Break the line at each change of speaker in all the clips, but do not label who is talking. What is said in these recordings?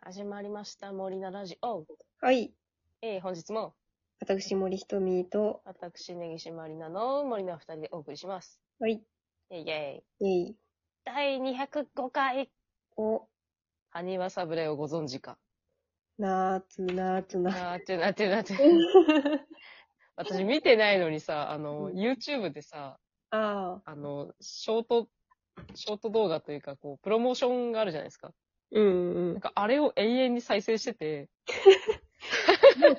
始まりました、森菜ラジオ。
はい。
えー、本日も、
私、森ひとみと、
私、根岸まりなの森菜二人でお送りします。
はい。
イェイイェイ。
えい。
第205回、
お、
ハニワサブレをご存知か。
なーつ、なーつな。
なーってなってなって。 私見てないのにさ、あの、
うん
YouTube でさ、
ああ。
あの、ショート、ショート動画というか、こう、プロモーションがあるじゃないですか。
うん う
なん
ん。
か、あれを永遠に再生してて、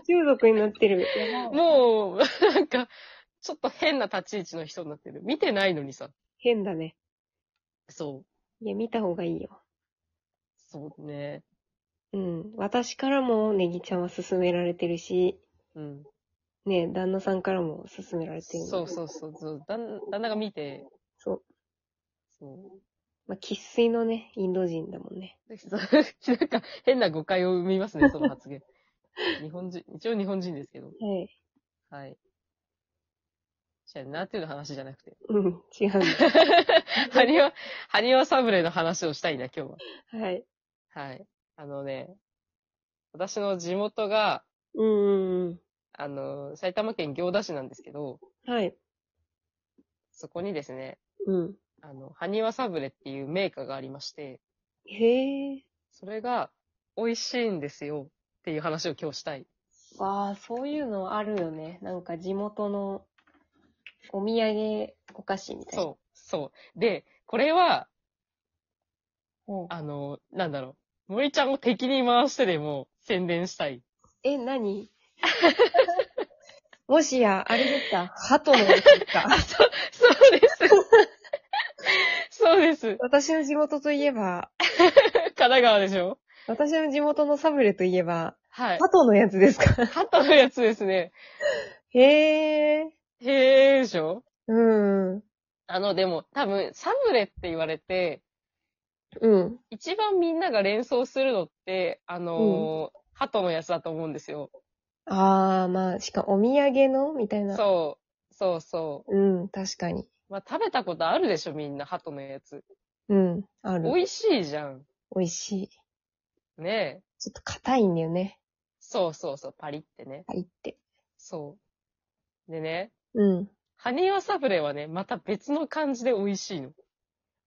中毒になってる。やばい
もう、なんか、ちょっと変な立ち位置の人になってる。見てないのにさ。
変だね。
そう。
いや、見た方がいいよ。
そうね。
うん。私からも、ネギちゃんは勧められてるし、
うん。
ね、旦那さんからも勧められてる。
そうそうそうそう。旦旦那が見て、
そう。
そう。
まあ、喫水のね、インド人だもんね。
そう なんか、変な誤解を生みますね、その発言。 日本人、一応日本人ですけど。
はい。
はい。じゃあ、なんていうの話じゃなくて。
うん、違うん
ハニワ、ハニワサブレの話をしたいな、今日は。
だ。 はい。
はい。あのね、私の地元が、
うんうん
あの、埼玉県行田市なんですけど、
うん。はい。
そこにですね、
うん。
あの、ハニワサブレっていうメーカーがありまして、
へえ。
それが美味しいんですよっていう話を今日したい。
わあ、そういうのあるよね。なんか地元のお土産お菓子みたいな。
そう、そう。で、これは、
うん。
あの、なんだろう、森ちゃんを敵に回してでも宣伝したい。
え、何 もしや、あれですか鳩のやつです
そ
か
うです。 そうです。
私の地元といえば、
神奈川でしょ
私の地元のサブレといえば、
はい。
鳩のやつですか
肩のやつですね。
へえ。
へえーでしょ
うん。うん。
あの、でも、多分、サブレって言われて、
うん。
一番みんなが連想するのって、あのー鳩のやつだと思うんですよ。
あー、まあ、しかもお土産のみたいな。う。
そう。そうそ
うん、確かに。
う。まあ、食べたことあるでしょ、みんな、鳩のやつ。
うん、ある。
美味しいじゃん。
美味しい。
ねえ。
ちょっと硬いんだよね。
そうそうそう、パリってね。
入って。
そう。でね、
うん。
ハニワサブレはね、また別の感じで美味しいの。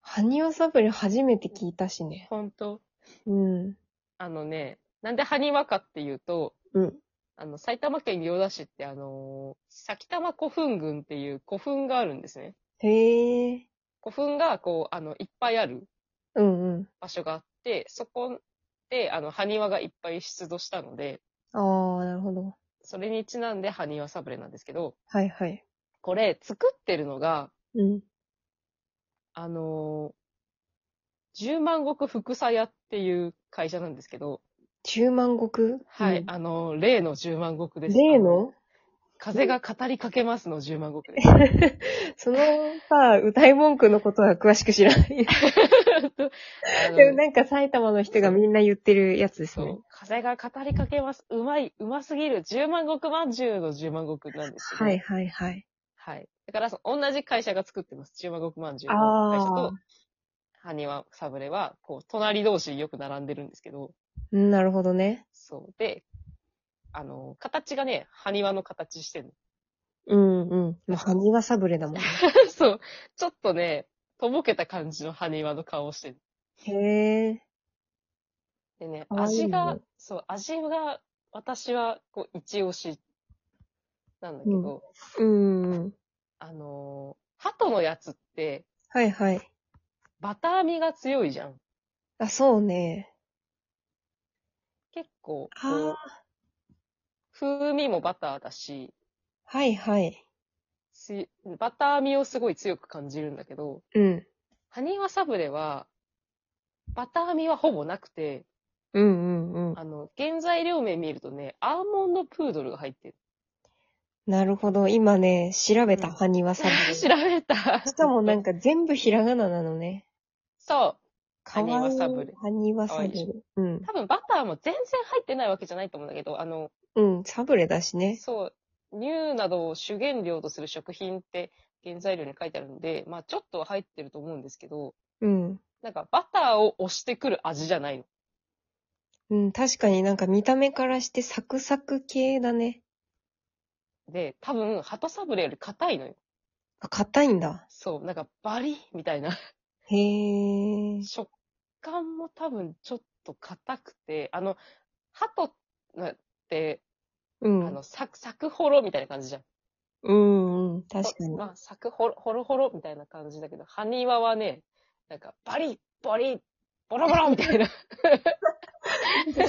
ハニワサブレ初めて聞いたしね。
ほんと。
うん。
あのね、なんでハニワかっていうと、
うん。
あの、埼玉県行田市ってあのー、埼玉古墳群っていう古墳があるんですね。
へえ。
古墳が、こう、あの、いっぱいある
うんうん。
場所があって、そこで、あの、ハニワがいっぱい出土したので、
ああ、なるほど。
それにちなんでハニワサブレなんですけど、
はいはい。
これ作ってるのが、
うん。
あのー、十万石福鞘屋っていう会社なんですけど、
十万石
はい、
うん
あのー、例の十万石です。
例の
風が語りかけますの十万石で
そのさ、歌い文句のことは詳しく知らない。
す。あの
でもなんか埼玉の人がみんな言ってるやつです
そ
ね
う。。風が語りかけます。うまい、うますぎる。十万石まんじゅうの十万石なんですけど。
はい。はいはい。
はい。だからその、同じ会社が作ってます。十万石まんじゅうの会社
あ
と、ハニワサブレは、こう、隣同士よく並んでるんですけど、
うん、なるほどね。
そう。で、あの、形がね、埴輪の形してる
うんうん。もうハニワサブレだもんね。
の。 そう。ちょっとね、とぼけた感じの埴輪の顔をしてる。
へえ。
でね、
かわいいね
味が、そう、味が、私は、こう、一押し、なんだけど、
うんうん。
あのー、鳩のやつって、
はいはい。
バター味が強いじゃん。
あ、そうね。
結構、こう
ああ。
風味もバターだし、
はいはい。
つバター味をすごい強く感じるんだけど、
うん。
ハニワサブレは、バター味はほぼなくて、
うんうんうん。
あの、原材料名見るとね、アーモンドプードルが入ってる。
なるほど。今ね、調べた、
うん
ハニワサブ レ。
調べた。
しかもなん
か。
か全部ひらがななのね。
そ
かわいい。
ハニワサブレ
ハニワサブ
かわいいで
レ
し。
うん
う。。多分バターも全然入ってないわけじゃないと思うんだけど、あの、
うん、サブレだしね。
そう、乳などを主原料とする食品って原材料に書いてあるんで、まあちょっとは入ってると思うんですけど、
うん。
なんかバターを押してくる味じゃないの。
うん、確かになんか見た目からしてサクサク系だね。
で、多分、鳩サブレーより硬いのよ。
あ、硬いんだ。
そう、なんかバリッみたいな。
へえ。
食感も多分ちょっと硬くて、あの、鳩って、
う
あ
ん。
の、サクサクホロみたいな感じじゃん。
うん、うん。確かに。
まあ、サクホロホロホロみたいな感じだけど、ハニワはね、なんか、バリッ、ボリッ、ボロボロみたいな。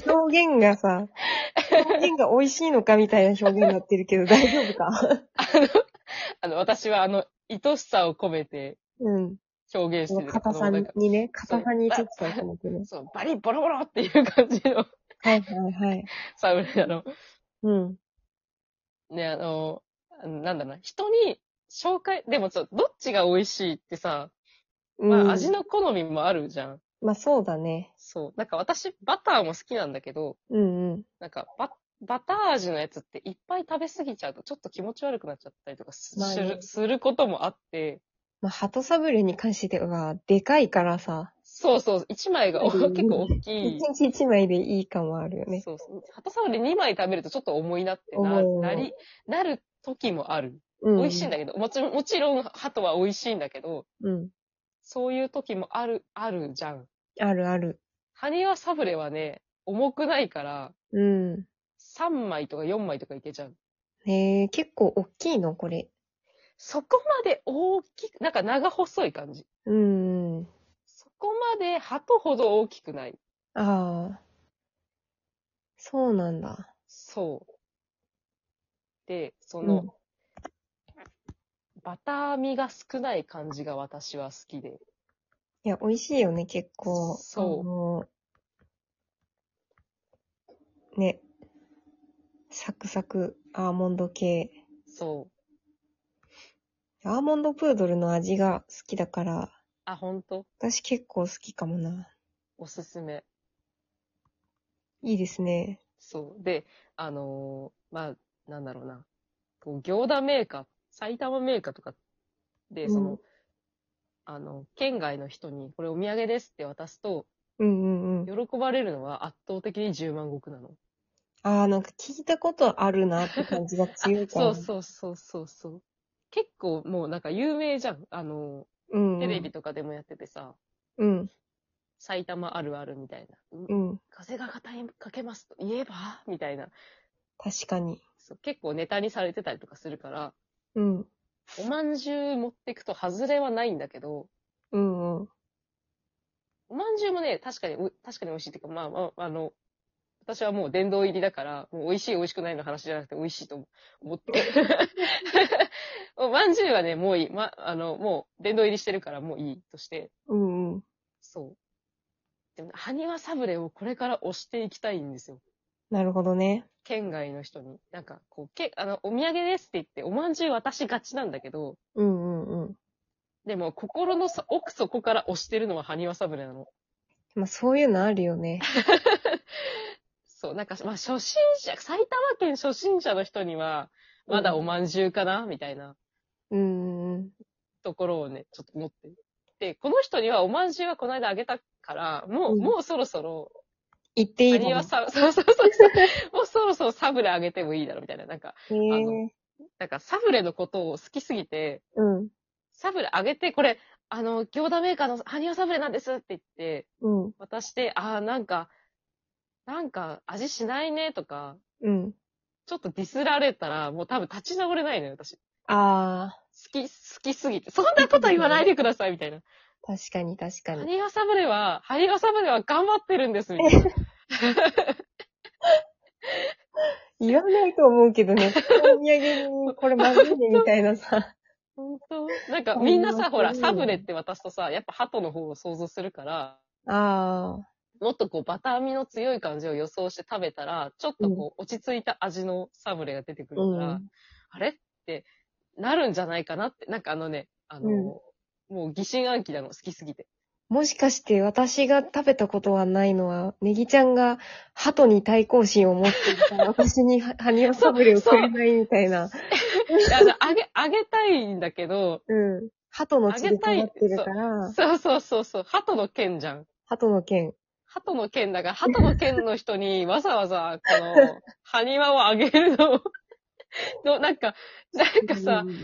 表現がさ、表現が美味しいのかみたいな表現になってるけど、大丈夫か
あの、私はあの、愛しさを込めて
うん。
表現してる。
硬さ
あのなん
に
か
ね、硬さにちょっと思ってね。
そう、バリッ、ボロボロっていう感じの
はいはいはい。
サウナの、
うん。
ね、あの、なんだろうな、人に紹介、でもそうどっちが美味しいってさ、
う
ま
ん
あ、味。の好みもあるじゃん。
まあそうだね。
そう。なんか私、バターも好きなんだけど、
うんうん。
なんかバ、バター味のやつっていっぱい食べ過ぎちゃうとちょっと気持ち悪くなっちゃったりとかす,、
まあね
るすることもあって、
まあ、鳩サブレーに関しては、でかいからさ、
そうそう、1枚がお
うん
結構大き
一
い。
日一枚でいい感はあるよね。
そうそう。ハトサブレ2枚食べるとちょっと重いなってな
重い
なり、なる時もある。
うん。
美味しいんだけど、もちろん、もちろん、ハトは美味しいんだけど、
うん。
そういう時もある、あるじゃん。
あるある。
ハニワサブレはね、重くないから、
うん。
3枚とか4枚とかいけちゃう。
えー、結構大きいの、これ。
そこまで大きく、なんか長細い感じ。
うんうん。
そこまで鳩ほど大きくない。
ああ。そうなんだ。
そう。で、その、
うん
バター味が少ない感じが私は好きで。
いや、美味しいよね、結構。
そう
あのね。サクサク、アーモンド系。
そう。
アーモンドプードルの味が好きだから、
あ、ほんと
私結構好きかもな。
おすすめ。
いいですね。
そう。で、あのーまあ、なんだろうな。こう、行田メーカー、埼玉メーカーとかで、その、
うん
あの、県外の人に、これお土産ですって渡すと、
うんうんうん。
喜ばれるのは圧倒的に10万石なの。
ああ、なんか聞いたことあるなって感じが強い か
そ
ら。
うそうそうそうそう。結構もうなんか有名じゃん。あの、
う。うん、うん。
テレビとかでもやっててさ、
うん。
埼玉あるあるみたいな。う
うん。
風が肩にかけますと言えばみたいな
確かに。
そう。結構ネタにされてたりとかするから、
うん。
おまんじゅう持ってくと外れはないんだけど、
うんうん。
おまんじゅうもね、確かにお、確かに美味しいっていうか、まあ、まあ、あの、私はもう殿堂入りだから、もう美味しい美味しくないの話じゃなくて美味しいと思って。 おまんじゅうはね、もういい。ま、あの、もう殿堂入りしてるからもういいとして。
うんうん。
そう。でも、ハニワサブレをこれから推していきたいんですよ。
なるほどね。
県外の人に。なんか、こう、け、あの、お土産ですって言って、おまんじゅう渡しがちなんだけど、
うんうんうん。
でも、心のそ奥底から推してるのはハニワサブレなの。
まあそういうのある よね。
そう、なんか、まあ、初心者、埼玉県初心者の人には、まだおまんじゅうかなみたいな
うんうんうん。
ところをね、ちょっと持ってる。で、この人にはおまんじゅうはこの間あげたから、もう、
うん
もうそろそろ、
言ってい
ハ
いの
ニワサ、 そうそうそうそう、もうそろそろサブレあげてもいいだろ、みたいな。なんか、
へ
あ
え
の。なんかサブレのことを好きすぎて、
うん。
サブレあげて、これ、あの、行田メーカーのハニワサブレなんですって言って、
うん。
渡して、ああ、なんか、なんか味しないねとか、
うん。
ちょっとディスられたら、もう多分立ち直れないのよ、私。好
あ
き、好きすぎて。そんなこと言わないでください、みたいな。
あ、確かに確か
ハ
に。
ニワサブレは、ハニワサブレは頑張ってるんです、みたいな。
言わないと思うけ どね。お土産にこれまずいねみたいなさ。
本当なんかみんな
ハニ
さ、
ワサブレ
ほら、サブレって渡すとさ、やっぱ鳩の方を想像するから、
ああ。
もっとこうバター味の強い感じを予想して食べたら、ちょっとこう落ち着いた味のサブレが出てくるから、
うん
あれってなるんじゃないかなって、なんかあのね、あの、
うん
もう疑心暗鬼なの、好きすぎて。
もしかして私が食べたことはないのは、ネギちゃんが鳩に対抗心を持っていた私にハニワサブレをくれないみたいな。
いやあの、あげ、あげたいんだけど、
うん。鳩の血で止まってるか
あ
ら、
そうそうそうそう、鳩の剣じゃん。
鳩の剣。
鳩の剣だから、鳩の剣の人 にわざわざ、この、埴輪をあげるのを、 の、なんか、なんかさ
う、ん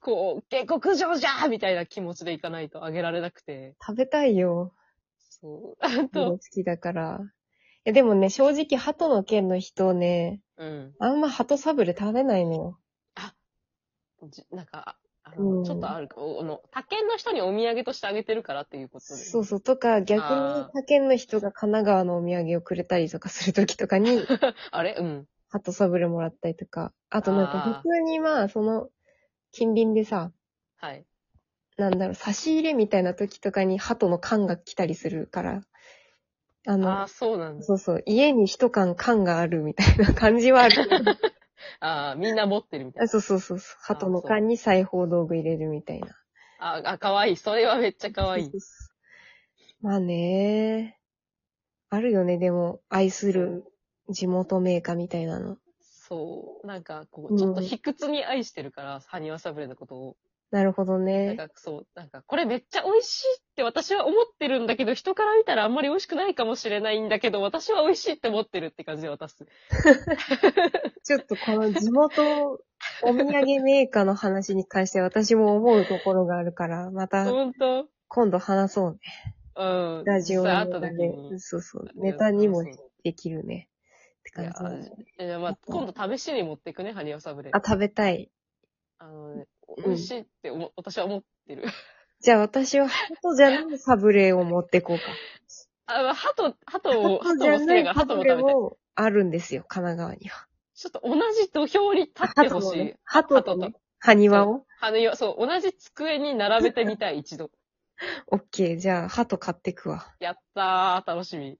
こう、下克上じゃーみたいな気持ちでいかないとあげられなくて。
食べたいよ。
そう。あ
好
と、
きだから。いや、でもね、正直、鳩の剣の人ね、
うん。
あんま鳩サブレ食べないのよ。
じなんか、ああの、
うん
ちょっとあるか、おあの、他県の人にお土産としてあげてるからっていうことで。
そうそう。とか、逆に
あー
他県の人が神奈川のお土産をくれたりとかするときとかに、
あれうん。
鳩サブレもらったりとか。あとなんか
あー
普通にまあ、その、近隣でさ、
はい。
なんだろう、差し入れみたいな時とかに鳩の缶が来たりするから、あ
あ
の、
あ、そうなんだ。
そうそう、家に一缶缶があるみたいな感じは ある。
ああ、みんな持ってるみたい
あ
な。
そうそうそうそう。鳩の缶に裁縫道具入れるみたいな。
ああ、かわいい。それはめっちゃかわいい
そう。そうそう。まあねあるよね、でも、愛する地元メーカーみたいなの。
そう。なんか、こう、
うん
ちょっと卑屈に愛してるから、ハニワサブレのことを。
なるほど
なん
ね。
か、そう、なんか、これめっちゃ美味しいって私は思ってるんだけど、人から見たらあんまり美味しくないかもしれないんだけど、私は美味しいって思ってるって感じで渡す。
ちょっとこの地 元お土産メーカーの話に関して私も思うところがあるから、また
ほんと
今度話そうね。
うん。
ラジオ
実際会っ
の
た時に。
そうそう。ネタにも
いや
できるね。って
い
感
や
じだね。
いやまあ、今度試しに持ってくね、ハニワサブレ
あ、。食べたい。
あのね、
ん
美味しいって思、私は思ってる。
じゃあ私は、鳩じゃないサブレを持ってこうか。
あ、まあ、鳩、鳩を、鳩
鳩じ
も好
ゃ
き
な
だ
い
から、
サ
鳩も
ブ
食べた
レ
い。
もあるんですよ、神奈川には。
ちょっと同じ土俵に立って
鳩
ほ
も
しい
ね。。鳩とね、埴輪を。
羽よ、そう、同じ机に並べてみたい、一度。
オッケー、じゃあ鳩買ってくわ。
やったー、楽しみ。